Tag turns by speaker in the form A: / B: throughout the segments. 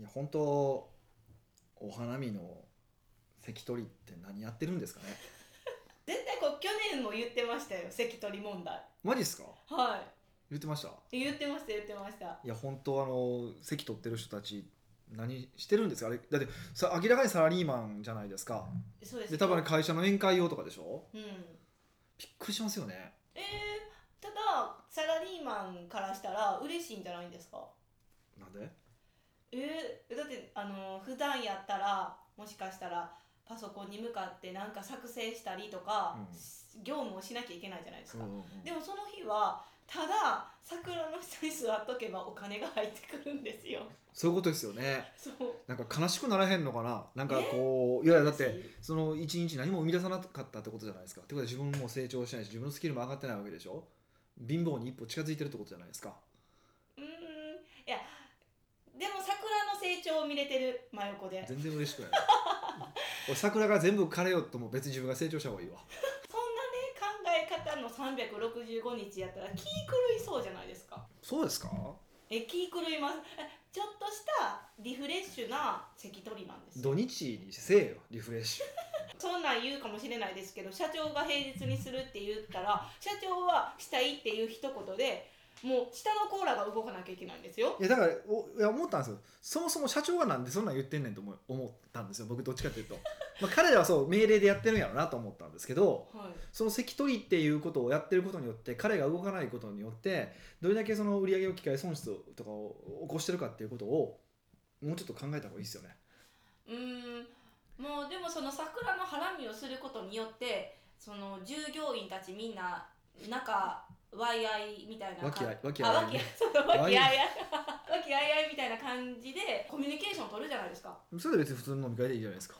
A: や本当お花見の関取って何やってるんですかね
B: 絶対こう去年も言ってましたよ関取問題
A: マジっすか
B: は
A: 言ってました
B: い言ってました言ってました
A: いや本当あの席取ってる人たち何してるんですかあれだってさ明らかにサラリーマンじゃないですか
B: そうです
A: で多分あれ会社の宴会用とかでしょ
B: うん
A: びっくりしますよね
B: えー、ただサラリーマンからしたら嬉しいんじゃないんですか
A: なんで
B: えー、だってあの普段やったらもしかしたらパソコンに向かってなんか作成したりとか、
A: うん
B: し業務をしなきゃいけないじゃないですか、
A: うんうんうん
B: でもその日はただ桜の下に座っとけばお金が入ってくるんですよ
A: そういうことですよね
B: そう
A: なんか悲しくならへんのかななんかこういやいやだって
B: 嬉しい
A: その一日何も生み出さなかったってことじゃないですかってことは自分も成長しないし自分のスキルも上がってないわけでしょ貧乏に一歩近づいてるってことじゃないですか
B: うーんいやでも桜の成長を見れてる真横で
A: 全然嬉しくない 俺桜が全部枯れようとも別に自分が成長した方がいいわ
B: そんなね考え方の365日やったら気狂いそうじゃないですか
A: そうですか
B: え気狂いますえちょっとしたリフレッシュな関取りなんですよ
A: 土日にせえよリフレッシ ュ
B: そんなん言うかもしれないですけど社長が平日にするって言ったら社長はしたいっていう一言でもう下のコーラが動かなきゃいけないんですよ
A: いやだからおいや思ったんですよそもそも社長がなんでそんなん言ってんねんと思い思ったんですよ僕どっちかっていうと、 まあ、彼らはそう命令でやってるんやろうなと思ったんですけど
B: はい
A: その関取っていうことをやってることによって彼が動かないことによってどれだけその売上を機会損失とかを起こしてるかっていうことをもうちょっと考えた方がいいですよね。
B: うーんもうでもその桜のハラミをすることによってその従業員たちみんな仲わいあいみたいな
A: 和気あい和気あ
B: あ
A: い
B: わきあい そうだ和
A: わ
B: 気
A: い
B: あ
A: あ
B: いあい和気あいあいみたいな感じでコミュニケーション取るじゃないですか
A: それで別に普通の飲み会でいいじゃないですか。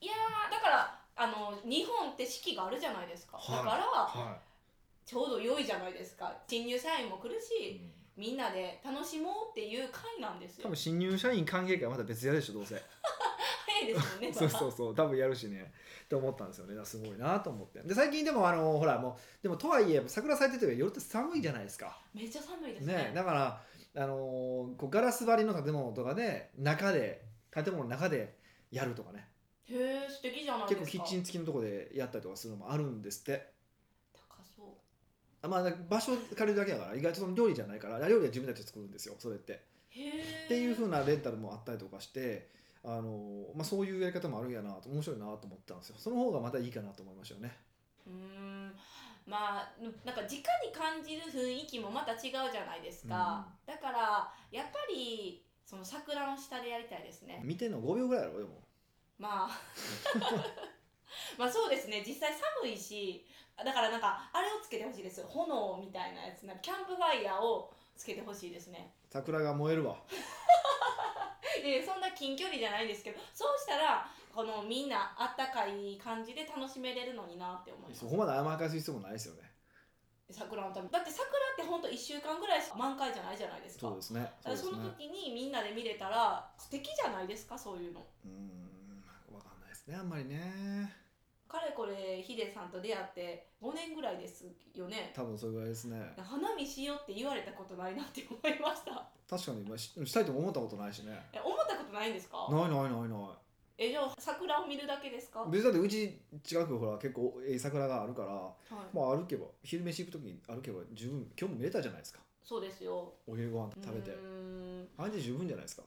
B: いやーだからあの日本って四季があるじゃないですか、
A: はい
B: だから
A: は
B: ちょうど良いじゃないですか新入社員も来る
A: い
B: しみんなで楽しもうっていう会なんですよ
A: 多分新入社員歓迎会はまた別でやるでしょど うせ
B: 早いですもん ね
A: そうそうそう多分やるしねって思ったんですよねだからすごいなと思ってで最近でもあのほらもうでもとはいえ桜咲いてて夜って寒いじゃないですか
B: めっちゃ寒いですね
A: ね、だから、あのーこうガラス張りの建物とかで中で建物の中でやるとかね
B: へえ素敵じゃないです
A: 結
B: か
A: 構キッチン付きのとこでやったりとかするのもあるんですって
B: 高そう
A: あまあ場所借りるだけだから意外とその料理じゃないから料理は自分たちで作るんですよそれって。
B: っ
A: っていう風なレンタルもあったりとかして、あのーまあ、そういうやり方もあるんやなと面白いなと思ったんですよその方がまたいいかなと思いましたよね。
B: うーんまあなんか直に感じる雰囲気もまた違うじゃないですか、だからやっぱりその桜の下でやりたいですね、
A: 見てんの5秒ぐらいやろでも
B: まあ まあそうですね実際寒いしだからなんかあれをつけてほしいです炎みたいなやつなんかキャンプファイヤーをつけてほしいですね
A: 桜が燃えるわ。
B: でそんな近距離じゃないですけどそうしたらこのみんなあったかい感じで楽しめれるのになって思います
A: そこまで甘やかす必要もないですよね。
B: 桜のためだって桜ってほんと1週間ぐらいしか満開じゃないじゃないですか
A: そうですね。
B: だ
A: そう
B: から
A: で
B: そ
A: すね
B: の時にみんなで見れたら素敵じゃないですかそういうの
A: うーん、わかんないですね、あんまりね。
B: かれこれヒデさんと出会って5年ぐらいですよね
A: 多分それぐらいですね。
B: 花見しようって言われたことないなって思い ました
A: 確かに、まあ、ししたいとも思ったことないしね。
B: え思ったことないんですか
A: ないないないな
B: えじゃあ桜を見るだけですか、はい
A: い。、別にだってうち近くほら結構ええ桜があるから、まあ歩けば昼飯行く時に歩けば十分今日も見れたじゃないですか。
B: そうですよ
A: お昼ご飯食べて
B: う、ーん
A: あれで十分じゃないですか。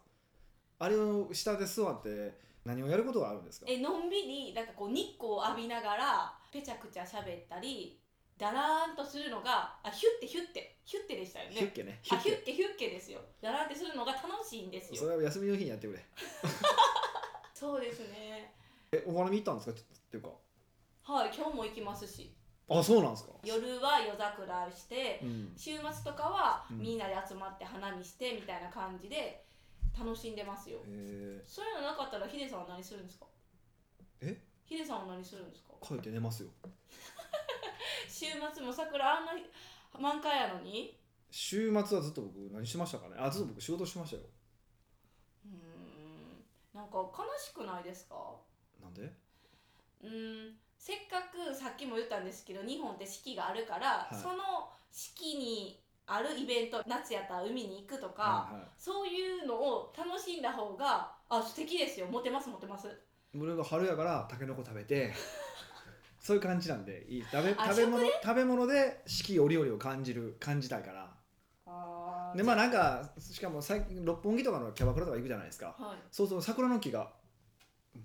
A: あれを下で座って何をやることがあるんですか。
B: えのんびりなんかこう日光を浴びながらぺちゃくちゃ喋ったりだらーんとするのがあヒュッてヒュッてヒュッてでしたよね
A: ヒュッケね。
B: あヒュッケヒュッケですよだらーんってするのが楽しいんです
A: そ
B: よ
A: れは休みの日にやってくれ。
B: そうですね
A: え、お花見行ったんですかちょっとっていうか。
B: はい今日も行きますし
A: あ、そうなんですか。
B: 夜は夜桜して
A: うん。
B: 週末とかは
A: うん
B: みんなで集まって花見してみたいな感じで楽しんでますよ
A: え
B: そういうのなかったらヒデさんは何するんですか
A: え
B: ヒデさんは何するんですか
A: ー、帰って寝ますよ。
B: 週末も桜あんな満開やのに
A: 週末はずっと僕何してましたかねあずっと僕仕事してましたよ
B: うーんなんか悲しくないですか
A: なんで
B: うーんせっかくさっきも言ったんですけど日本って四季があるから、
A: はい
B: その四季にあるイベント夏やったら海に行くとか、
A: はいはい
B: そういうのを楽しんだ方があ素敵ですよモテますモテます
A: 俺が春やからタケノコ食べ てそういう感じなんでいい食べ
B: あ
A: 食べ物
B: 食
A: 食べ物で四季折々を感じる感じたいから
B: あ
A: でまあなんかしかも最近六本木とかのキャバクラとか行くじゃないですか
B: はい
A: そうそう桜の木が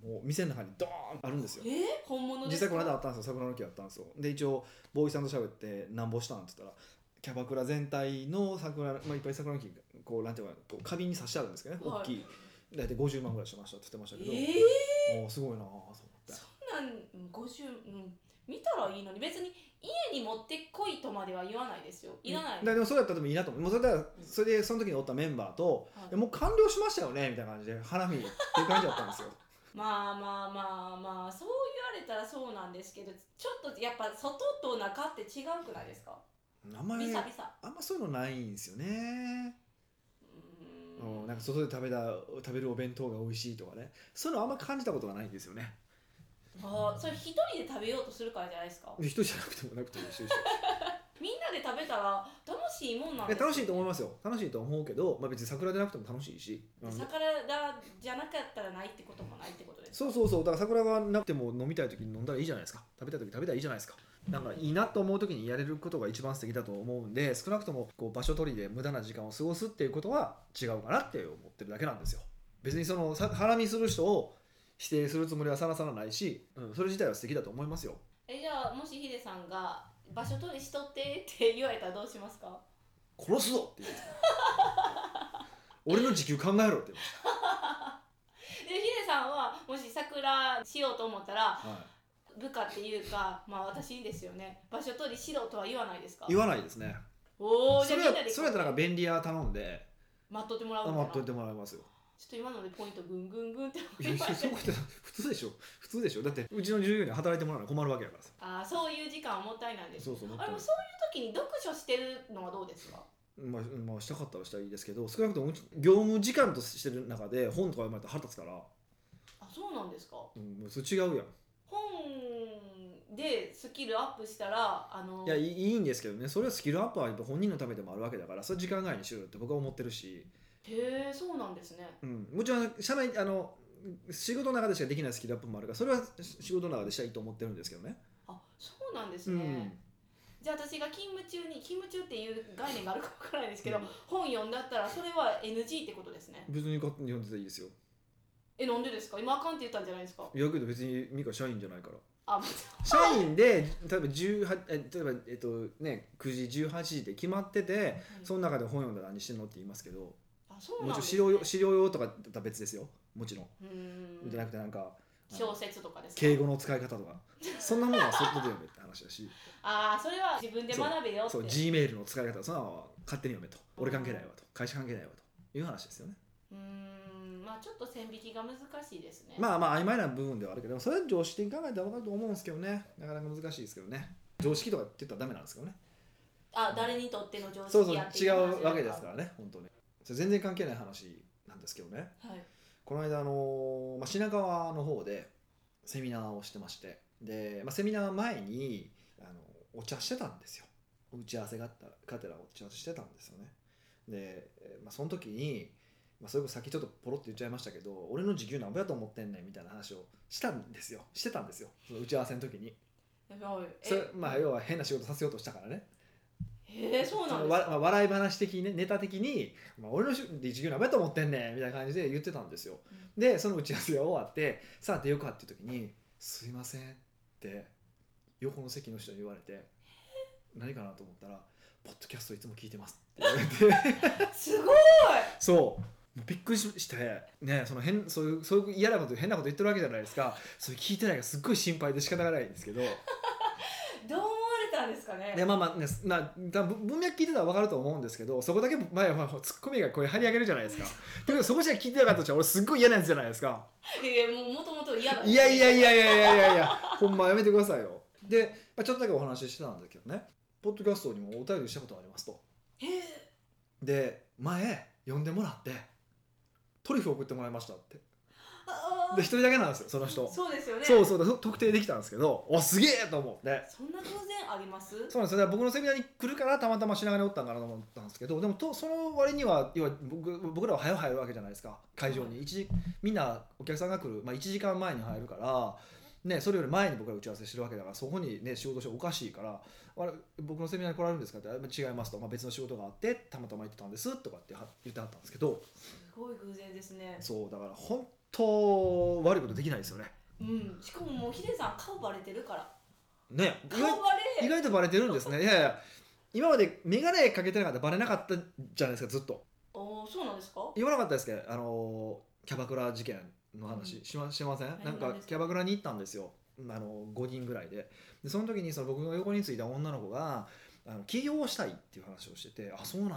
A: もう店の中にドーンあるんですよ
B: えー、本物
A: 実
B: です
A: 際
B: か
A: この間あったんですよ桜の木あったんですよで一応ボーイさんと喋ってなんぼしたんって言ったらキャバクラ全体の桜、まあ、いっぱい桜の木がこうなんていうかなこう花瓶に刺してあるんですけどね、
B: は
A: 大
B: い
A: きい大体50万ぐらいしましたって言ってましたけど、
B: え
A: おーすごいなあと思って
B: ー、なんうん50、うん、見たらいいのに別に家に持ってこいとまでは言わないですよいらな
A: だか
B: い、
A: らでもそれだったらでもいいなと思うもうそれだからそれでその時におったメンバーと
B: は
A: 「
B: い
A: もう完了しましたよね」みたいな感じで「花見」っていう感じだったんですよ
B: まあまあまあまあそう言われたらそうなんですけどちょっとやっぱ外と中って違うくないですか
A: あんま
B: ビ
A: り
B: サビサ
A: あんまそういうのないんですよね、
B: う
A: うん、
B: ん
A: なんか外で食べた食べるお弁当が美味しいとかねそういうのあんま感じたことがないんですよね
B: あーそれ一人で食べようとするからじゃないですか
A: で一人じゃなくてもなくても一緒一緒
B: みんなで食べたら楽しいもんなん
A: い
B: で
A: や
B: すよ
A: 楽しいと思いますよ楽しいと思うけど、まあ、別に桜でなくても楽しいし、うん
B: 魚じゃなかったらないってこともないってことです
A: そうそうそうだから桜がなくても飲みたい時に飲んだらいいじゃないですか食べたい時食べたらいいじゃないですかなんかいいなと思う時にやれることが一番素敵だと思うんで少なくともこう場所取りで無駄な時間を過ごすっていうことは違うかなって思ってるだけなんですよ別にそのさハラミする人を否定するつもりはさらさらないし、うん、それ自体は素敵だと思いますよ
B: えじゃあもしヒデさんが場所取りしとってって言われたらどうしますか
A: 殺すぞって言うんですよ俺の時給考えろって言いまし
B: でヒデさんはもし桜しようと思ったら
A: た、はい
B: 部下っていうかまあ私にですよね場所取りしろとは言わないですか
A: 言わないですね
B: おおじ
A: そ
B: ゃあ
A: れ
B: み
A: や
B: んなで
A: それやったらなんか便利屋頼んで
B: 待っとってもらうのかな
A: 待っといてもらいますよ
B: ちょっと今のでポイントぐんぐんぐんって
A: い
B: 思
A: や
B: い
A: い
B: ま
A: や
B: し
A: そ
B: た
A: ういうこと普通でしょ普通でしょだってうちの従業員に働いてもらうのは困るわけだからさ
B: あーそういう時間はもったいないです
A: そうそうもっ
B: あ
A: と
B: れもそういう時に読書してるのはどうですか
A: まあ、まあしたかったらしたらいいですけど少なくともうち業務時間としてる中で本とか読まれたら腹立つから、
B: あそうなんですか
A: うん、もうそれ違うやん
B: 本でスキルアップしたらあの
A: いやいいいいんですけどねそれはスキルアップはやっぱ本人のためでもあるわけだからそれ時間外にしろよって僕は思ってるし、
B: へえそうなんですね
A: うん、もちろん社内あの仕事の中でしかできないスキルアップもあるからそれは仕事の中でしたらいいと思ってるんですけどね
B: あそうなんです
A: う
B: ね、
A: ん
B: じゃあ私が勤務中に勤務中っていう概念があるかわからないですけど、
A: うん
B: 本読んだったらそれは NG ってことですね
A: 別に勝手に読んでていいですよ
B: えなんでですか今あかんって言ったんじゃないですか
A: いやけど別にミカ社員じゃないから
B: あま
A: 社員で例えば18え例えばえっとね9時18時で決まっててその中で本読んだら何してんのって言いますけど
B: あそう
A: も
B: な
A: ち
B: ん
A: ろ
B: で
A: ん資
B: す
A: 料用資
B: ね
A: 料用とかだったら別ですよもちろん
B: うーん
A: じゃなくてなんかあの
B: 小説とかですか
A: 敬語の使い方とかそんなものはそっとで読めって話だし
B: ああそれは自分で学べよって
A: そう G メールの使い方そんなのは勝手に読めと俺関係ないわと会社関係ないわという話ですよね
B: うーんまあちょっと線引きが難しいですね
A: まあまあ曖昧な部分ではあるけどそれは常識的に考えたら分かると思うんですけどねなかなか難しいですけどね常識とかって言ったらダメなんですけどね
B: あ誰にとっての常
A: そうそう
B: 識やって、
A: 違うわけですかららね本当にそれ全然関係ない話なんですけどね
B: はい、
A: この間あの、まあ、品川の方でセミナーをしてましてで、まあ、セミナー前にあのお茶してたんですよ打ち合わせがあったカテラお茶してたんですよねで、えーまあ、その時に、まあ、それこそ先ちょっとポロって言っちゃいましたけど俺の時給なんぼやと思ってんねんみたいな話をしたんですよしてたんですよその打ち合わせの時に
B: はい
A: それ
B: え、
A: まあ、要は変な仕事させようとしたからね
B: へえそうなん
A: その
B: です
A: わ
B: か
A: まあ笑い話的にねネタ的に「まあ、俺のし授業なめと思ってんねん」みたいな感じで言ってたんですよ、
B: う
A: でその打ち合わせが終わって「さあ出ようか」っていう時に「すいません」って横の席の人に言われて何かなと思ったら「ポッドキャストいつも聞いてます」って言われて
B: すごい
A: そう。もうびっくりしして、ね、その変そういうそういう嫌なこと変なこと言ってるわけじゃないですかそれ聞いてないからすっごい心配で仕方がないんですけど
B: どう思われたんですかね
A: でまあまあねすな多分文脈聞いてたら分かると思うんですけどそこだけ前はツッコミがこれ張り上げるじゃないです か。ということでそこしか聞いてなかったとしたら俺すっごい嫌なやつじゃないですか。
B: いやいやもうもともと嫌だ
A: いやいやい
B: や
A: やいやいやいやいやほんまやめてくださいよ。で、まあ、ちょっとだけお話ししてたんだけどねポッドキャストにもお便りしたことありますと。
B: へえ
A: で前呼んでもらってトリュフ送ってもらいましたって
B: ああー
A: で一人だけなんですよその人
B: そうですよね
A: そうそうで特定できたんですけどおすげえと思って
B: そんな偶然あります
A: そうなんですよだから僕のセミナーに来るからたまたま品川におったんかなと思ったんですけどでもとその割には要は僕僕らは早う入るわけじゃないですか会場に一時みんなお客さんが来る、まあ、1時間前に入るから、ね、それより前に僕ら打ち合わせしてるわけだからそこに、ね、仕事しておかしいから「あれ僕のセミナーに来られるんですか?」ってあ「違います」と、まあ、別の仕事があってたまたま行ってたんですとかっては言ってはったんですけど
B: すごい偶然ですね
A: そうだから本当悪いことできないですよね。
B: うんしかももうヒデさん顔バレてるから
A: ね
B: 顔バ
A: 意
B: レ
A: 外とバレてるんですねいやいや今まで眼鏡かけてなかったらバレなかったじゃないですかずっと
B: あーそうなんですか
A: 言わなかったですけどあのーキャバクラ事件の話、
B: うん
A: しましてません
B: い
A: なん
B: 何
A: か
B: ですか
A: キャバクラに行ったんですよあの5人ぐらいででその時にその僕の横についた女の子があの起業したいっていう話をしててあそうなんや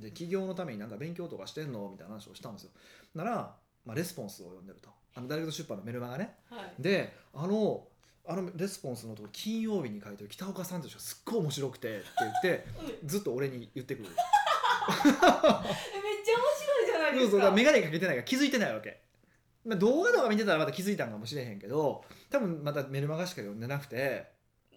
A: とで起業のためになんか勉強とかしてんのみたいな話をしたんですよなら、まあ、レスポンスを読んでるとあのダイレクト出版のメルマガね
B: はい
A: であのあのレスポンスのとこ金曜日に書いてる北岡さんという人がすっごい面白くてって言って
B: うん、えめっ
A: ずっと俺に言ってくる
B: ちゃ面白いじゃないで
A: そう
B: す
A: そう
B: か
A: だから眼鏡かけてないから気づいてないわけ、まあ、動画とか見てたらまた気づいたんかもしれへんけど多分またメルマガしか読んでなくて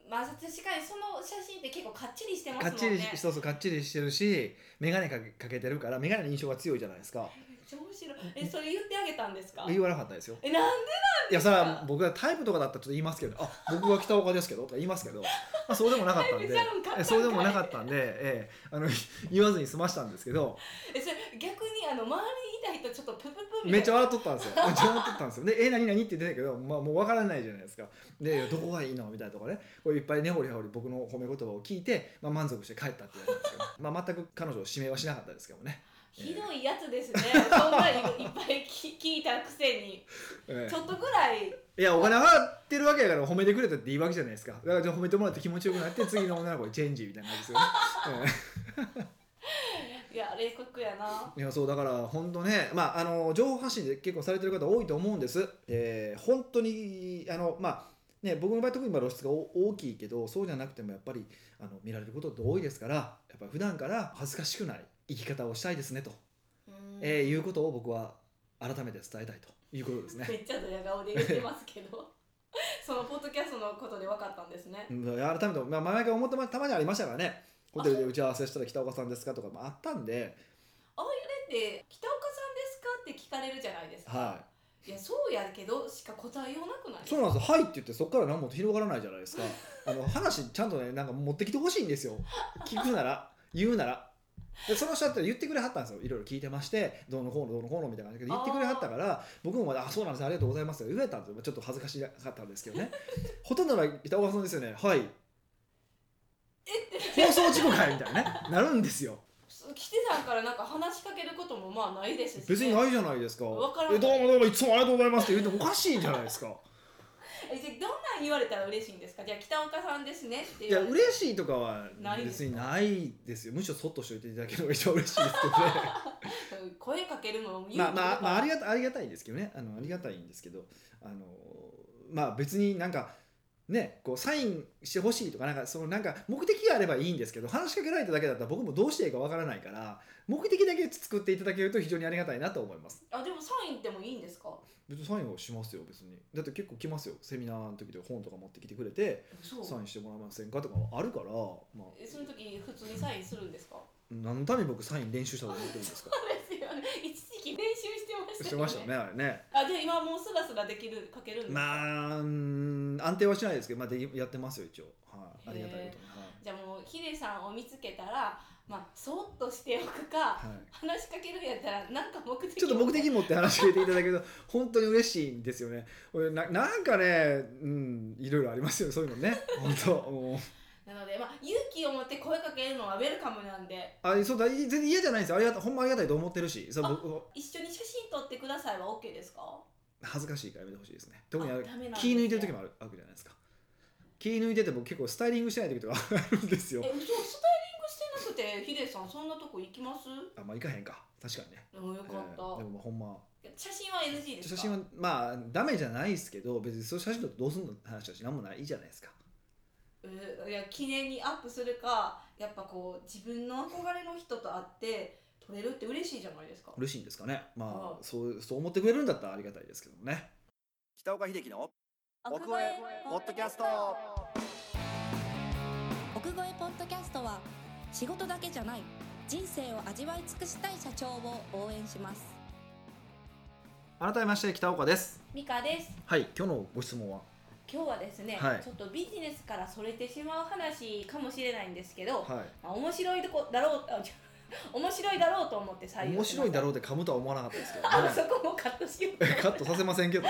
B: まあ確かにその写真って結構かっちりしてます
A: か
B: もん
A: っ
B: ね
A: ちりしそうそうかっちりしてるし眼鏡かけかけてるから眼鏡の印象が強いじゃないですか
B: めっちゃ面白いえそれ言ってあげたんですか
A: 言わなかったですよ
B: えなん
A: いやそれは僕はタイプとかだったらちょっと言いますけど「あ僕は北岡ですけど」とか言いますけど、まあ、そうでもなかったん
B: で
A: で
B: ちゃうんかったんか
A: え
B: い
A: そうでもなかったんで、ええ、あの 言わずに済ましたんですけど
B: えそれ逆にあの周りにいた人ちょっとプププみたいな
A: めっちゃ笑っとったんです よめっちゃ笑っとったんですよで「え何何?」って言ってたけど、まあ、もう分からないじゃないですかでいや「どこがいいの?」みたいなとかねこういっぱい根掘り葉掘り僕の褒め言葉を聞いて、まあ、満足して帰ったって言われたんですけど、ま あ、全く彼女を指名はしなかったですけどね、
B: ひどいやつですねそんなんいいっぱい聞聞いたくせに
A: え
B: ちょっとぐらい
A: えいやお金払ってるわけやから褒めてくれたっていいわけじゃないですかだからじゃあ褒めてもらって気持ちよくなって次の女の子にチェンジみたいな感じですよね、ええ
B: いや冷酷やない
A: やそうだから本当ね、まあ、あの情報発信で結構されてる方多いと思うんです、えー本当にあの、まあね、僕の場合特にまあ露出がお大きいけどそうじゃなくてもやっぱりあの見られることって多いですからやっぱり普段から恥ずかしくない生き方をしたいですねと、
B: うーん
A: えーいうことを僕は改めて伝えたいということですね
B: め。っちゃドヤ顔で言ってますけど そのポッドキャストのことで分かったんですね
A: うん改めて、まあ、前々から思ってまたまにありましたからねホテルで打ち合わせしたら北岡さんですかとかもあったんで、
B: で北岡さんですかって聞かれるじゃないですか、、
A: はい
B: やそうやけどしか答えようなくない
A: い、そうなんですよ「はい」って言ってそこから何も広がらないじゃないですかあの話ちゃんとねなんか持ってきてほしいんですよ聞くなら言うならでその人だったら言ってくれはったんですよいろいろ聞いてましてどうのこうのどうのこうのみたいな感じで言ってくれはったから僕もまだ「あそうなんですありがとうございます」って言えたんですよちょっと恥ずかしかったんですけどねほとんどの板岡さんですよね「はい
B: えって
A: 放送事故かい」みたいなねなるんですよ
B: 来てさんからなんか話しかけることもまあないですしね、
A: 別にないじゃないですか「
B: わからない
A: えどうもどうもいつもありがとうございます」って言うてもおかしいじゃないですか
B: えじゃあどんなん言われたら嬉しいんですかじゃあ北岡さんですねって
A: い
B: 言
A: や
B: われて
A: 嬉しいとかは
B: ないです
A: 別
B: か
A: にないですよむしろそっとしておいていただけるのが一番嬉しいですけど ね
B: 声かけるのも勇気
A: まあまあ、
B: とか
A: まあ、ありがたありがたいんですけどねあのありがたいんですけどあのまあ別になんかねこうサインしてほしいとかなんかそのなんか目的があればいいんですけど話しかけられただけだったら僕もどうしていいかわからないから目的だけ作っていただけると非常にありがたいなと思います
B: あでもサインでもいいんですか
A: 別にサインをしますよ別にだって結構来ますよセミナーの時で本とか持ってきてくれて
B: そう
A: サインしてもらえませんかとかあるから、まあ、
B: えその時普通にサインするんですか
A: 何のために僕サイン練習したと思ってるんですか
B: そうですよね一時期練習してました
A: してましたねあれね
B: あじゃあ今もうすらすらできるかけるんですか、
A: まあうん安定はしないですけど、まあ、でやってますよ一応、はい、ありがたいことに
B: じゃあもうヒデさんを見つけたらまあそっとしておくか
A: はい、はい
B: 話しかけるんやったらなんか目的
A: ちょっと目的持って話し聞いていただけると 本当に嬉しいんですよね俺ななんかねうんいろいろありますよねそういうの ね本当もう
B: なのでまあ勇気を持って声かけるのはウェルカムなんで
A: あそうだい全然嫌じゃないんですよありがたほんまありがたいと思ってるしそう
B: あ
A: 僕
B: 一緒に写真撮ってくださいは OK ですか
A: 恥ずかしいからやめてほしいですね特にあ
B: あ
A: の
B: ダメなんです
A: 気
B: ね
A: 抜いてる時もあるわけじゃないですか気抜いてて僕結構スタイリングしてない時とかあるんですよ
B: え嘘スタイリングしてなくてヒデさんそんなとこ行きます
A: あまあ行かへんか確かにね
B: うんよかっ
A: えーで
B: た
A: もまあほんま
B: 写真は NG ですか
A: 写真はまあダメじゃないですけど別にそう写真撮ってどうすんのって話だし何もないじゃないですか
B: うんいや記念にアップするかやっぱこう自分の憧れの人と会って撮取れるって嬉しいじゃないですか
A: 嬉しいんですかねま
B: は
A: あそうそう思ってくれるんだったらありがたいですけどもね
C: 北岡秀樹の奥越えポッドキャスト
D: 奥越えポッドキャストは仕事だけじゃない人生を味わい尽くしたい社長を応援します
A: 改めまして北岡です
B: ミカです
A: はい今日のご質問は
B: 今日はですね、
A: はい
B: ちょっとビジネスからそれてしまう話かもしれないんですけど、
A: は
B: まあ面白いとこだろうあ違う面白いだろうと思って
A: い
B: 採
A: 面
B: 用し
A: 白
B: ま
A: い
B: した
A: だろうって噛むとは思わなかったですけどね
B: あそこもカットしよう
A: カットさせませんけどね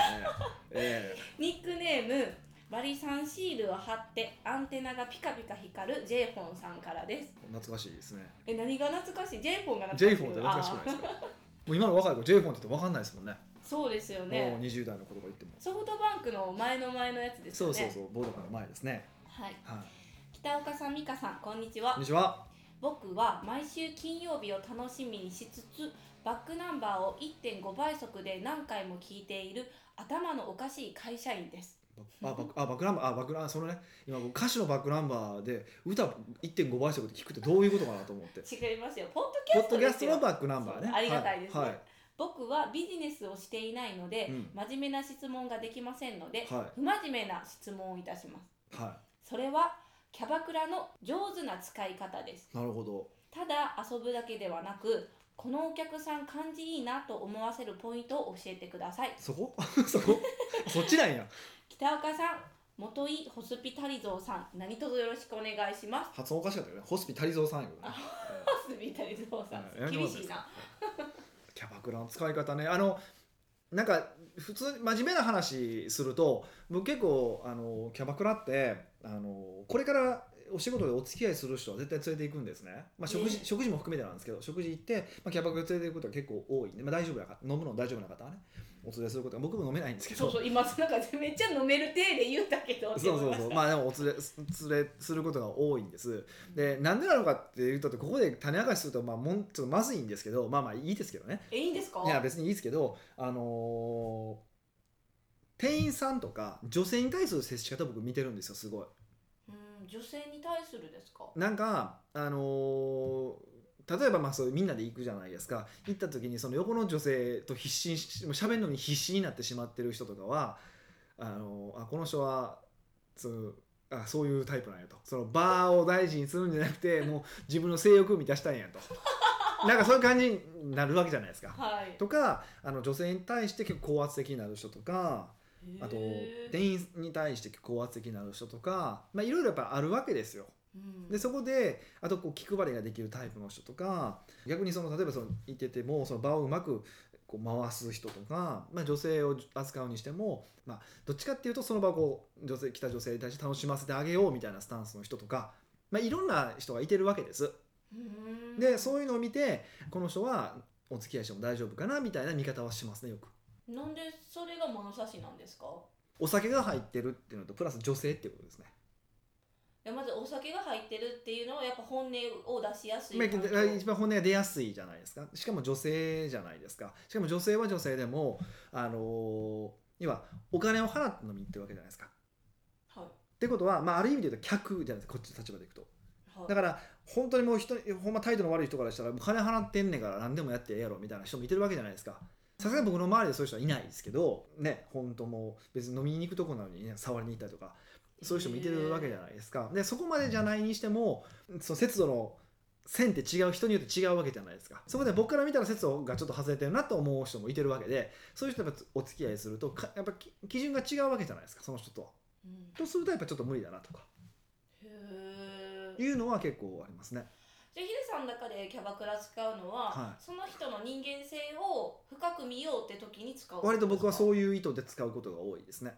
A: え
B: ニックネームバリサンシールを貼ってアンテナがピカピカ光るジェイフォンさんからです
A: え懐かしいですね
B: え何が懐かしいジェイフォンが
A: ジェ
B: 懐
A: イ
B: かしい
A: フォンって懐かしくないです
B: あ
A: かもう今の若い子ジェイフォンって言って分かんないですもんね
B: ーそうですよ
A: もう
B: ね
A: 20代の子とか言っても
B: ソフトバンクの前の前のやつです
A: そ
B: よ
A: う
B: ね
A: そうそうボードの前ですね
B: はい
A: はい
B: 北岡さん美香さんこんにちは
A: こんにちは
B: 僕は毎週金曜日を楽しみにしつつバックナンバーを1.5倍速で何回も聞いている頭のおかしい会社員です
A: あバックあバックナンバーあバックナンそのね今僕歌手のバックナンバーで歌1.5倍速で聞くってどういうことかなと思って
B: 違いますよポッドキ
A: ポ
B: ャス
A: ッド
B: ト
A: キャ
B: で
A: ス
B: す
A: ト
B: よ
A: のバックナンバーね
B: そうありがたいですね
A: はい、はい
B: 僕はビジネスをしていないので、
A: うん
B: 真面目な質問ができませんので、
A: は
B: 不真面目な質問をいたします
A: は
B: それはキャバクラの上手な使い方です
A: い、なるほど
B: ただ遊ぶだけではなくこのお客さん感じいいなと思わせるポイントを教えてください
A: そこ そこそっちなんや
B: 北岡さん元井ホスピタリゾーさん何卒よろしくお願いします
A: 発音おかしかったよねホスピタリゾーさんやけどね
B: ホスピタリゾーさ
A: うんん
B: 厳しいな
A: キャバクラの使い方ねあのなんか普通に真面目な話すると僕結構あのキャバクラってあのこれからお仕事でお付き合いする人は絶対連れて行くんですね、まあ、食事
B: ええ
A: 食事も含めてなんですけど食事行って、まあ、キャバクラ連れて行くことが結構多いんで、まあ、大丈夫な方飲むの大丈夫な方はねお連れすることが僕も飲めないんですけど
B: そうそう今なんかめっちゃ飲める体で言うたけど
A: そうそうそうまあでもお連れす連れすることが多いんですでなんでなのかっていうとここで種明かしするとまあもんちょっとまずいんですけどまあまあいいですけどね
B: えいいんですか
A: いや別にいいですけどあのー店員さんとか女性に対する接し方僕見てるんですよすごい
B: うん女性に対するですか
A: なんかあのー例えばまあそういうみんなで行くじゃないですか行った時にその横の女性と必死にしもう喋るのに必死になってしまってる人とかはあのーあこの人はそのあそういうタイプなんやとそのバーを大事にするんじゃなくてもう自分の性欲を満たしたいんやとなんかそういう感じになるわけじゃないですか。
B: はい
A: とかあの女性に対して結構高圧的になる人とかあと
B: へー
A: 店員に対して高圧的になる人とかまあいろいろやっぱあるわけですよ。
B: うん
A: でそこであとこう気配りができるタイプの人とか逆にその例えばそのいててもその場をうまくこう回す人とか、まあ、女性を扱うにしても、まあ、どっちかっていうとその場をこう女性来た女性に対して楽しませてあげようみたいなスタンスの人とか、まあ、いろんな人がいてるわけです。
B: うん
A: でそういうのを見てこの人はお付き合いしても大丈夫かなみたいな見方はしますねよく。
B: なんでそれが物差しなんですか
A: お酒が入ってるっていうのとプラス女性っていうことですね。
B: いやまずお酒が入ってるっていうのはやっぱ本音を出しやすい
A: まあ
B: 環境
A: 一番本音が出やすいじゃないですか。しかも女性じゃないですか。しかも女性は女性でもあのー要はお金を払って飲みに行ってるわけじゃないですか。っ
B: はい
A: てことは、まあ、ある意味で言うと客じゃないですかこっちの立場でいくと。
B: はい
A: だから本当にもう人ほんま態度の悪い人からしたらもう金払ってんねんから何でもやってええやろみたいな人もいてるわけじゃないですかさすがに僕の周りでそういう人はいないですけどね本当もう別に飲みに行くとこなのにね触りに行ったりとかそういう人もいてるわけじゃないですかでそこまでじゃないにしてもその節度の線って違う人によって違うわけじゃないですかそこで僕から見たら節度がちょっと外れてるなと思う人もいてるわけでそういう人とやっぱお付き合いするとかやっぱき基準が違うわけじゃないですかその人とは。
B: うん
A: とするとやっぱちょっと無理だなとか
B: へー
A: いうのは結構ありますね。
B: じゃあヒデさんの中でキャバクラ使うのは、
A: は
B: その人の人間性を深く見ようって時に使う
A: 割と僕は
B: う
A: そういう意図で使うことが多いですね。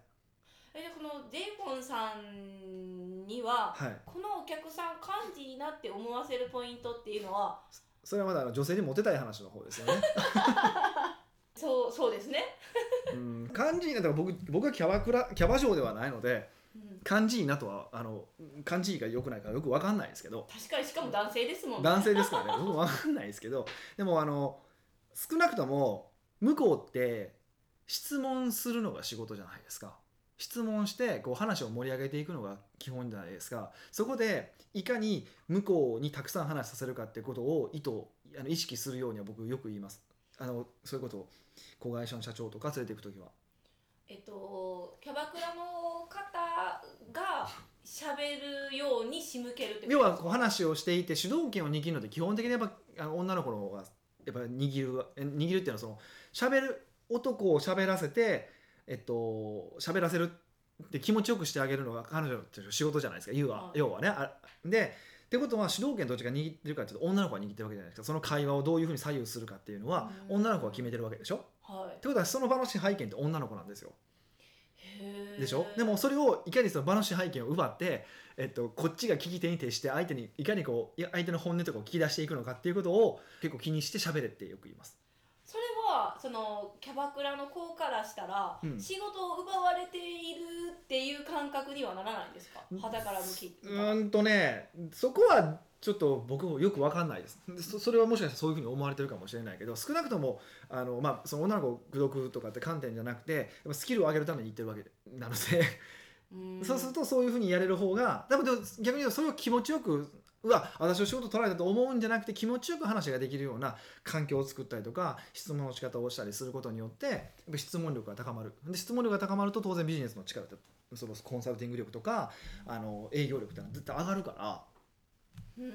B: えじゃあこのジェイフォンさんには、
A: はい、
B: このお客さん感じになって思わせるポイントっていうのは
A: それはまだあの女性にモテたい話の方ですよね。
B: そうそうですね、
A: うん、感じいいなだから僕僕はキャバクラキャバ嬢ではないので
B: うん、
A: 感じいいなとはあの感じいいか良くないかよくわかんないですけど、
B: 確かにしかも男性ですもんね
A: 男性ですからね僕もわかんないですけど、でもあの少なくとも向こうって質問するのが仕事じゃないですか。質問してこう話を盛り上げていくのが基本じゃないですかそこでいかに向こうにたくさん話させるかっていうことを意図あの意識するようには僕よく言いますあのそういうことを子会社の社長とか連れていく時は
B: えっと、キャバクラの方が喋るように仕向けるって
A: 要はこう話をしていて主導権を握るのって基本的にやっぱあの女の子の方がやっぱ握るわえ握るっていうのはその喋る男を喋らせてえっと喋らせるって気持ちよくしてあげるのが彼女の仕事じゃないですか要は,、
B: はい
A: 要はねあでってことは主導権どっちが握ってるかっていうと女の子が握ってるわけじゃないですかその会話をどういうふうに左右するかっていうのは
B: うん
A: 女の子が決めてるわけでしょっ
B: はい
A: てことはその場の支配権って女の子なんですよ
B: へー
A: でしょでもそれをいかにその場の支配権を奪って、えっと、こっちが聞き手に徹して相手にいかにこういや相手の本音とかを聞き出していくのかっていうことを結構気にして喋れってよく言います
B: それはそのキャバクラの子からしたら、
A: うん
B: 仕事を奪われているっていう感覚にはならないんですか
A: うん
B: 肌から向き、
A: うーんとねそこはちょっと僕もよく分かんないですでそそれはもしかしたらそういうふうに思われてるかもしれないけど少なくともあの、まあ、その女の子を口説くとかって観点じゃなくてやっぱスキルを上げるために言ってるわけなので
B: うん
A: そうするとそういうふうにやれる方がでもでも逆に言うとそれを気持ちよくうわ私の仕事取られたと思うんじゃなくて気持ちよく話ができるような環境を作ったりとか質問の仕方をしたりすることによってやっぱ質問力が高まるで質問力が高まると当然ビジネスの力ってそのコンサルティング力とかあの営業力ってのは絶対上がるから
B: うん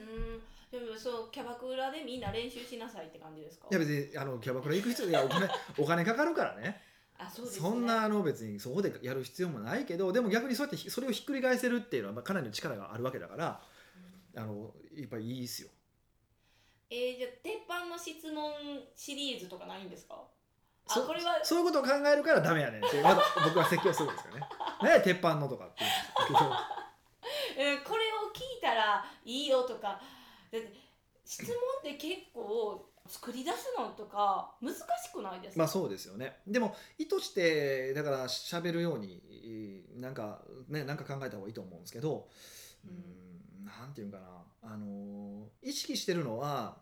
B: でもそうキャバクラでみんな練習しなさいって感じですか
A: いや別にあのキャバクラ行く必要いやお 金お金かかるからね
B: あそう
A: そ
B: ですね
A: んなあの別にそこでやる必要もないけどでも逆にそうやってそれをひっくり返せるっていうのはまあかなりの力があるわけだからあのやっぱりいいですよ
B: えー、じゃあ鉄板の質問シリーズとかないんですかあ
A: そ
B: これは
A: そういうことを考えるからダメやねんっていうまだ僕は説教するんですよね。何や鉄板のとかっていう
B: えーこれを聞いたらいいよとかだって質問って結構作り出すのとか難しくないですか、
A: まあそうですよね。でも意図してだから喋るようになんかねなんか考えた方がいいと思うんですけど、うーん、なんていうんかなあのー意識してるのは。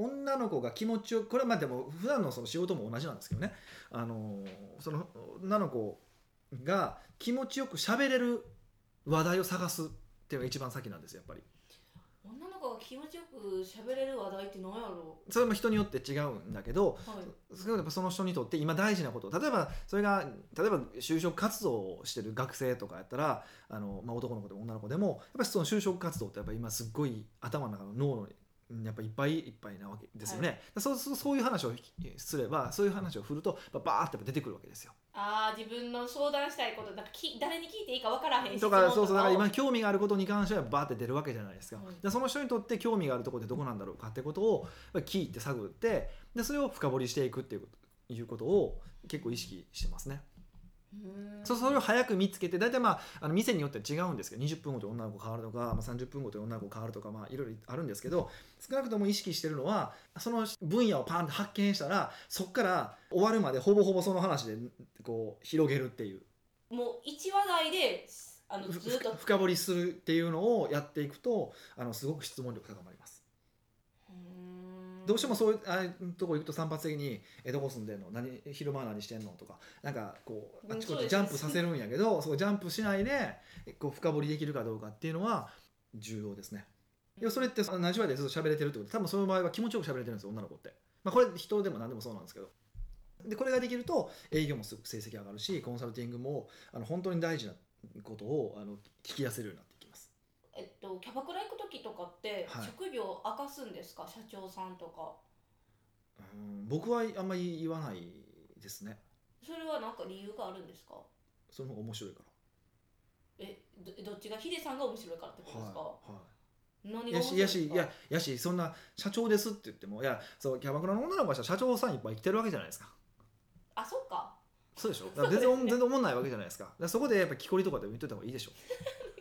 A: 女の子が気持ちよくこれはまあでも普段のその仕事も同じなんですけどねあのーその女の子が気持ちよく喋れる話題を探すっていうのが一番先なんですよやっぱり
B: 女の子が気持ちよく喋れる話題って何やろ
A: それも人によって違うんだけど
B: う、はい、
A: 少なくともやっぱその人にとって今大事なこと例えばそれが例えば就職活動をしてる学生とかやったらあの、まあ、男の子でも女の子でもやっぱりその就職活動ってやっぱ今すっごい頭の中の脳のうんやっぱいっぱいいっぱいなわけですよね、そうそうそういう話をすればそういう話を振るとやっぱバーってやっぱ出てくるわけですよ。
B: あー自分の相談したいことなんかき誰に聞いていいか分からへん質
A: と
B: 問
A: かそうそうだから
B: を
A: 今興味があることに関してはバーって出るわけじゃないですか、
B: はい
A: でその人にとって興味があるところってどこなんだろうかってことをやっぱり聞いて探ってでそれを深掘りしていくっていうこということを結構意識してますね、
B: うーん
A: そうそれを早く見つけて大体まああの店によっては違うんですけど20分ごとに女の子変わるとか、まあ、30分ごとに女の子変わるとかまあいろいろあるんですけど少なくとも意識してるのはその分野をパンって発見したらそこから終わるまでほぼほぼその話でこう広げるっていう
B: もう一話題であの
A: ふ
B: ずっと
A: ふ深掘りするっていうのをやっていくとあのすごく質問力高まりますどうしても
B: う
A: そういうあいうとこ行くと散発的に「えどこ住んでんの何昼間は何してんの?」とかなんかこうあっちこっ
B: うんそう
A: ち
B: ですね
A: ジャンプさせるんやけど そうジャンプしないでこう深掘りできるかどうかっていうのは重要ですね。いやそれってあの何十話でずっと喋れてるってこと多分その場合は気持ちよく喋れてるんですよ女の子って。まあ、これ人でも何でもそうなんですけど。でこれができると営業もすごく成績上がるしコンサルティングもあの本当に大事なことをあの聞き出せるようになっていきます。
B: えっとキャバクラ行く時とかって、
A: はい
B: 職業を明かすんですか社長さんとか
A: うん僕はあんまり言わないですね
B: それはなんか理由があるんですか
A: その方が面白いか
B: えどどっちがヒデさんが面白いからってこと
A: ら
B: ですか、
A: はい、はい
B: 何
A: い
B: が
A: や
B: 面白
A: しいやしい
B: いですか
A: ややしそんな社長ですって言ってもいやそうキャバクラの女の子は社長さんいっぱい来てるわけじゃないですか
B: あそっか
A: そうでしょだから全然おん全然思んないわけじゃないですかだからそこでやっぱ木こりとかでも言っといた方がいいでしょ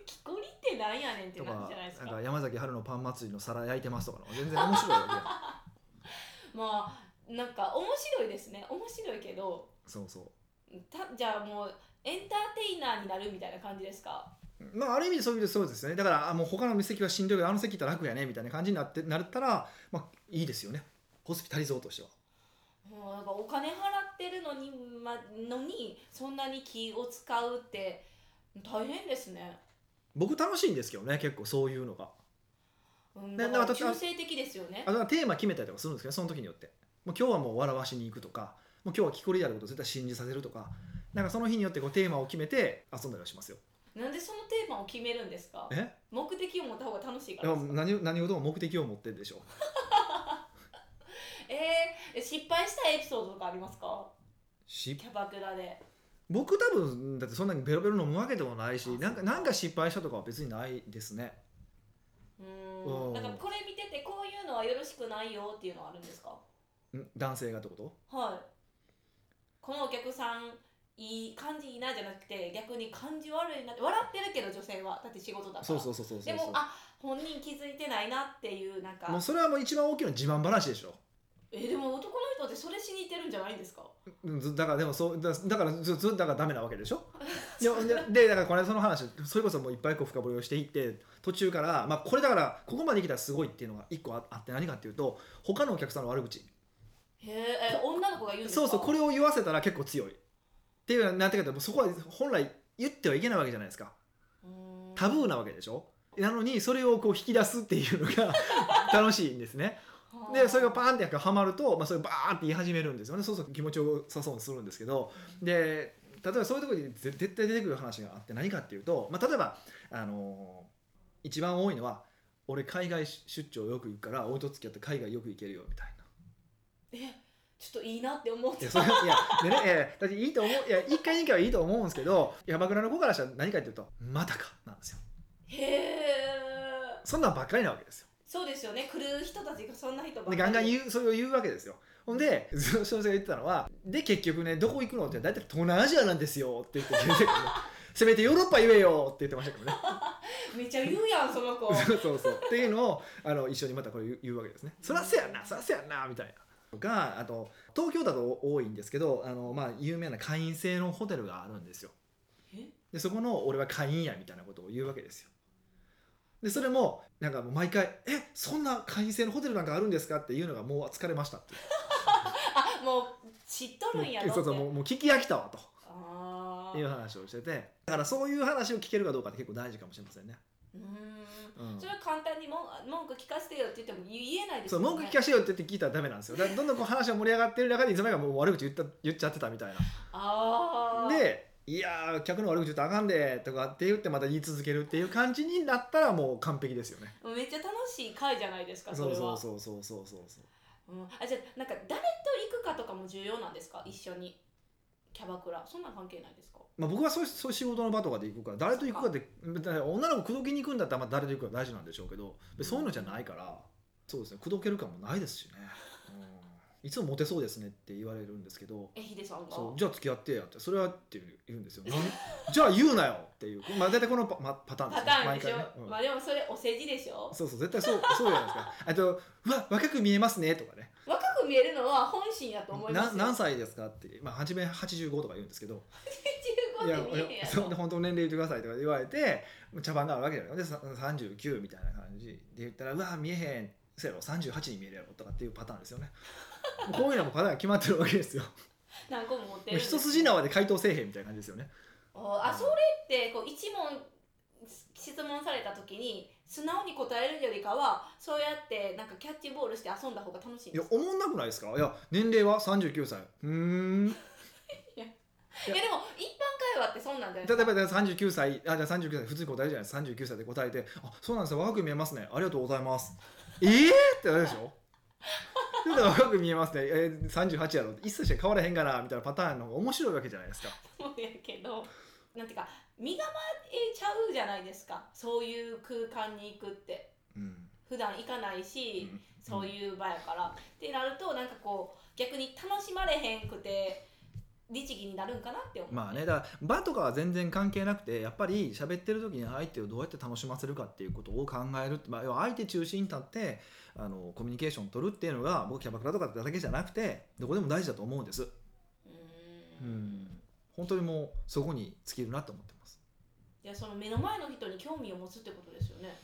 B: 木こりってなんやねんって
A: と
B: 感じ
A: か
B: じゃないです
A: なん
B: か
A: か山崎春のパン祭りの皿焼いてますとかの全然面白いわけじゃない
B: まあなんか面白いですね面白いけど
A: そうそ
B: たじゃあもうエンターテイナーになるみたいな感じですか
A: うまあある意味そういうそうですねだからあもう他の席はしんどいけどあの席行ったら楽やねみたいな感じになってなったらまあいいですよねホスピタリゾーとしては
B: もうなんかお金払ってるのにまのにそんなに気を使うって大変ですね。
A: 僕楽しいんですけどね結構そういうのが
B: うん、
A: ね
B: だから
A: 私は
B: 中性的ですよね
A: あ。だからテーマ決めたりとかするんですけどその時によってもう今日はもう笑わしに行くとかもう今日は木こりであることを絶対信じさせるとかなんかその日によってこうテーマを決めて遊んだりはしますよ
B: なんでそのテーマを決めるんですか。
A: え
B: 目的を持った方が楽しいか
A: で
B: ら
A: も
B: ですか。
A: 何何事も目的を持ってるでしょ
B: えー、失敗したエピソードとかありますか。
A: し
B: キャバクラで。
A: 僕多分だってそんなにベロベロ飲むわけでもないし
B: あ
A: なんかなんか失敗したとかは別にないですね
B: う
A: う
B: ー
A: ん
B: ん。なんかこれ見ててこういうのはよろしくないよっていうのはあるんですか。
A: ん男性がってこと
B: はい。このお客さんいい感じいいなじゃなくて逆に感じ悪いなって笑ってるけど女性はだって仕事だから。
A: そうそうそうそうそ
B: で
A: う
B: も
A: そ
B: あ本人気づいてないなっていうなんか
A: うもうそれはもう一番大きいのは自慢話でしょ
B: えでも男の人ってそれしに行ってるんじゃないんですか
A: うんずだからでもそうだだからずずだからダメなわけで しょでででだからこれその話それこそもういっぱいこう深掘りをしていって途中から、まあ、これだからここまで来たらすごいっていうのが一個ああって何かっていうと他のお客さんの悪口
B: へーえ女の子が言うんです
A: そ
B: か
A: うそうこ
B: れ
A: れを言わせたら結構強いっていうのはなんていうかもうそこは本来言ってはいけないわけじゃないですかタブーなわけでしょなのにそれをこう引き出すっていうの が楽しいんですねでそれがパーンってはまると、まあ、それバーンって言い始めるんですよねそうそう気持ちをさそうにするんですけどで例えばそういうところにぜ絶対出てくる話があって何かっていうと、まあ、例えば、あのー一番多いのは「俺海外出張よく行くから俺と付き合って海外よく行けるよ」みたいな。
B: ちょっといいなって思っ
A: い
B: て
A: やそれいやでね、えーだっていいと思ういや一回二回はいいと思うんですけど山倉の子からしたら何かっていうと「またか」なんですよ。
B: へえ
A: そんなんばっかりなわけですよ。
B: そうですよね来る人たちがそんな人ばっか
A: で
B: り
A: ガンガン言うそれを言うわけですよほんでその小説が言ってたのはで結局ねどこ行くのって大体東南アジアなんですよって言 って出てくるねせめてヨーロッパ言えよって言ってましたけどね
B: めっちゃ言うやんそ の子
A: そうそうそうっていうのをあの一緒にまたこれ言う言うわけですねそらせやんなそらせやんなみたいなとかあと東京だと多いんですけどあの、まあ、有名な会員制のホテルがあるんですよ
B: え
A: でそこの俺は会員やみたいなことを言うわけですよでそれもなんかもう毎回「えそんな会員制のホテルなんかあるんですか?」っていうのがもう疲れましたっていう
B: あもう知っとるんやろって
A: そうそうもうもう聞き飽きたわと
B: あ
A: いう
B: ー
A: 話をしててだからそういう話を聞けるかどうかって結構大事かもしれませんね、
B: うーん
A: うん
B: それは簡単に文文句聞かせてよって言っても言えないで
A: そ
B: すよ
A: う
B: ね
A: 文句聞かせてよって言って聞いたらダメなんですよだからどんどんこう話が盛り上がってる中でいつの間にかもう悪口言った言っちゃってたみたい
B: あ
A: な
B: あ
A: でいやー客の悪口言ったらあかんでとかって言ってまた言い続けるっていう感じになったらもう完璧ですよね
B: めっちゃ楽しい回じゃないですかそ
A: そ
B: れ
A: う
B: は
A: そうそうそうそうそうそう
B: うん、あじゃあなんか誰と行くかとかも重要なんですか一緒にキャバクラそんなん関係ないですか
A: まあ僕はそういうそういう仕事の場とかで行くから誰と行くかって別に女の子口説きに行くんだったらまあ誰と行くか大事なんでしょうけど別にそういうのじゃないからそうですね口説ける感もないですしね、うん、いつもモテそうですねって言われるんですけど
B: えヒデさんが
A: そうじゃあ付き合ってやってそれはって言うんですよなんじゃあ言うなよっていう、まあ、大体このパ,、まあ、パターンです
B: パ
A: ね
B: ターンでしょ、
A: 毎回ね、うん
B: まあでもそれお世辞でしょ
A: そうそう絶対そうそうじゃないですかあと「うわ若く見えますね」とかね
B: 若く見えるのは本心やと思いま
A: な
B: すよ
A: 何 歳ですか?」って、まあ、初め85とか言うんですけどいや
B: 15で見えへんや
A: そう
B: ろ
A: で本当の年齢言ってくださいとか言われて茶番があるわけだよでさ39みたいな感じで言ったら「うわ見えへんせやろ38に見えるやろ」とかっていうパターンです よねもうこういうのもパターンが決まってるわけですよも
B: 何個も持って
A: う
B: る
A: 一筋縄で回答せえへんみたいな感じですよね
B: おあそれってこう一問質問された時に素直に答えるよりかはそうやってなんかキャッチボールして遊んだ方が楽しいん
A: い
B: で
A: や
B: すか
A: おもんなくないですかいや年齢は39歳うーん
B: いやでも一般会話ってそんなんじゃない
A: 例
B: で
A: え
B: すか
A: ば39歳あじゃあ39歳普通に答えるじゃないですか39歳で答えて「あそうなんですよ若く見えますねありがとうございます」えー、ってなるでしょちょっと若く見えますね、えー、38やろ一切しか変わらへんかなみたいなパターンの方が面白いわけじゃないですか
B: そうやけどなんていうか身構えちゃうじゃないですかそういう空間に行くって
A: うん、
B: 普段行かないし、
A: うん
B: そういう場やから、ってなるとなんかこう逆に楽しまれへんくて律儀になるんかなって思う、
A: まあねだから場とかは全然関係なくてやっぱり喋ってる時に相手をどうやって楽しませるかっていうことを考えるって、まあ、要は相手中心に立ってあのコミュニケーション取るっていうのが僕キャバクラとかだけじゃなくてどこでも大事だと思うんです
B: う
A: う
B: ーん
A: ん本当にもうそこに尽きるなと思ってます
B: いやその目の前の人に興味を持つってことですよね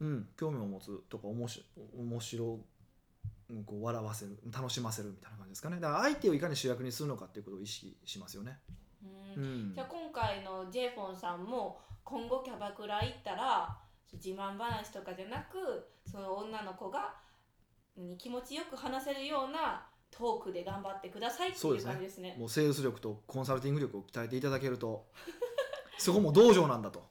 A: うん興味を持つとかおもし面白うんこう笑わせる楽しませるみたいな感じですかねだから相手をいかに主役にするのかっていうことを意識しますよね。
B: うん
A: うん
B: じゃあ今回のジェイフォンさんも今後キャバクラ行ったら自慢話とかじゃなくその女の子がに気持ちよく話せるようなトークで頑張ってくださいって
A: そう
B: い
A: で
B: う
A: すね
B: 感じですね。
A: もうセールス力とコンサルティング力を鍛えていただけると そこも道場なんだと。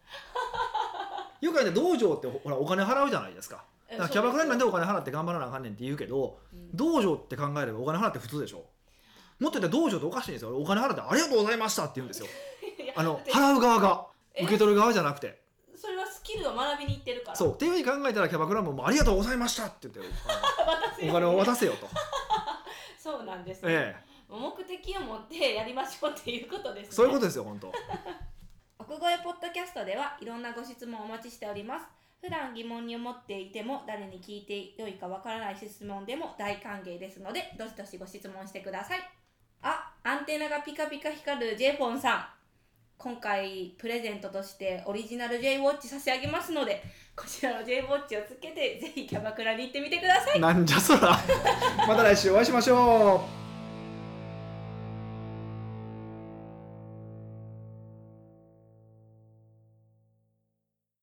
A: よくあれね道場ってほほらお金払うじゃないですか
B: う
A: だ
B: ん
A: からキャバクラになんでお金払って頑張らなあかんねんって言うけど
B: うん
A: 道場って考えればお金払って普通でしょもっと言ったら道場っておかしいんですよお金払ってありがとうございましたって言うんですよ
B: いや
A: あの
B: だって
A: 払う側が
B: え
A: 受け取る側じゃなくて
B: それはスキルを学びに行ってるから。
A: そうっていうふうに考えたらキャバクラももう「ありがとうございました」って言ってあのお金 を渡せよと、
B: そうなんです、ね
A: ええ、
B: 目的を持ってやりましょうっていうことですね。
A: そういうことですよ本当
B: 奥越えポッドキャストではいろんなご質問をお待ちしております。普段疑問に思っていても誰に聞いてよいかわからない質問でも大歓迎ですのでどしどしご質問してください。あ、アンテナがピカピカ光る j フォンさん。今回プレゼントとしてオリジナル j ウォッチ差し上げますのでこちらの j ウォッチをつけてぜひキャバクラに行ってみてください。
A: なんじゃそらまた来週お会いしましょう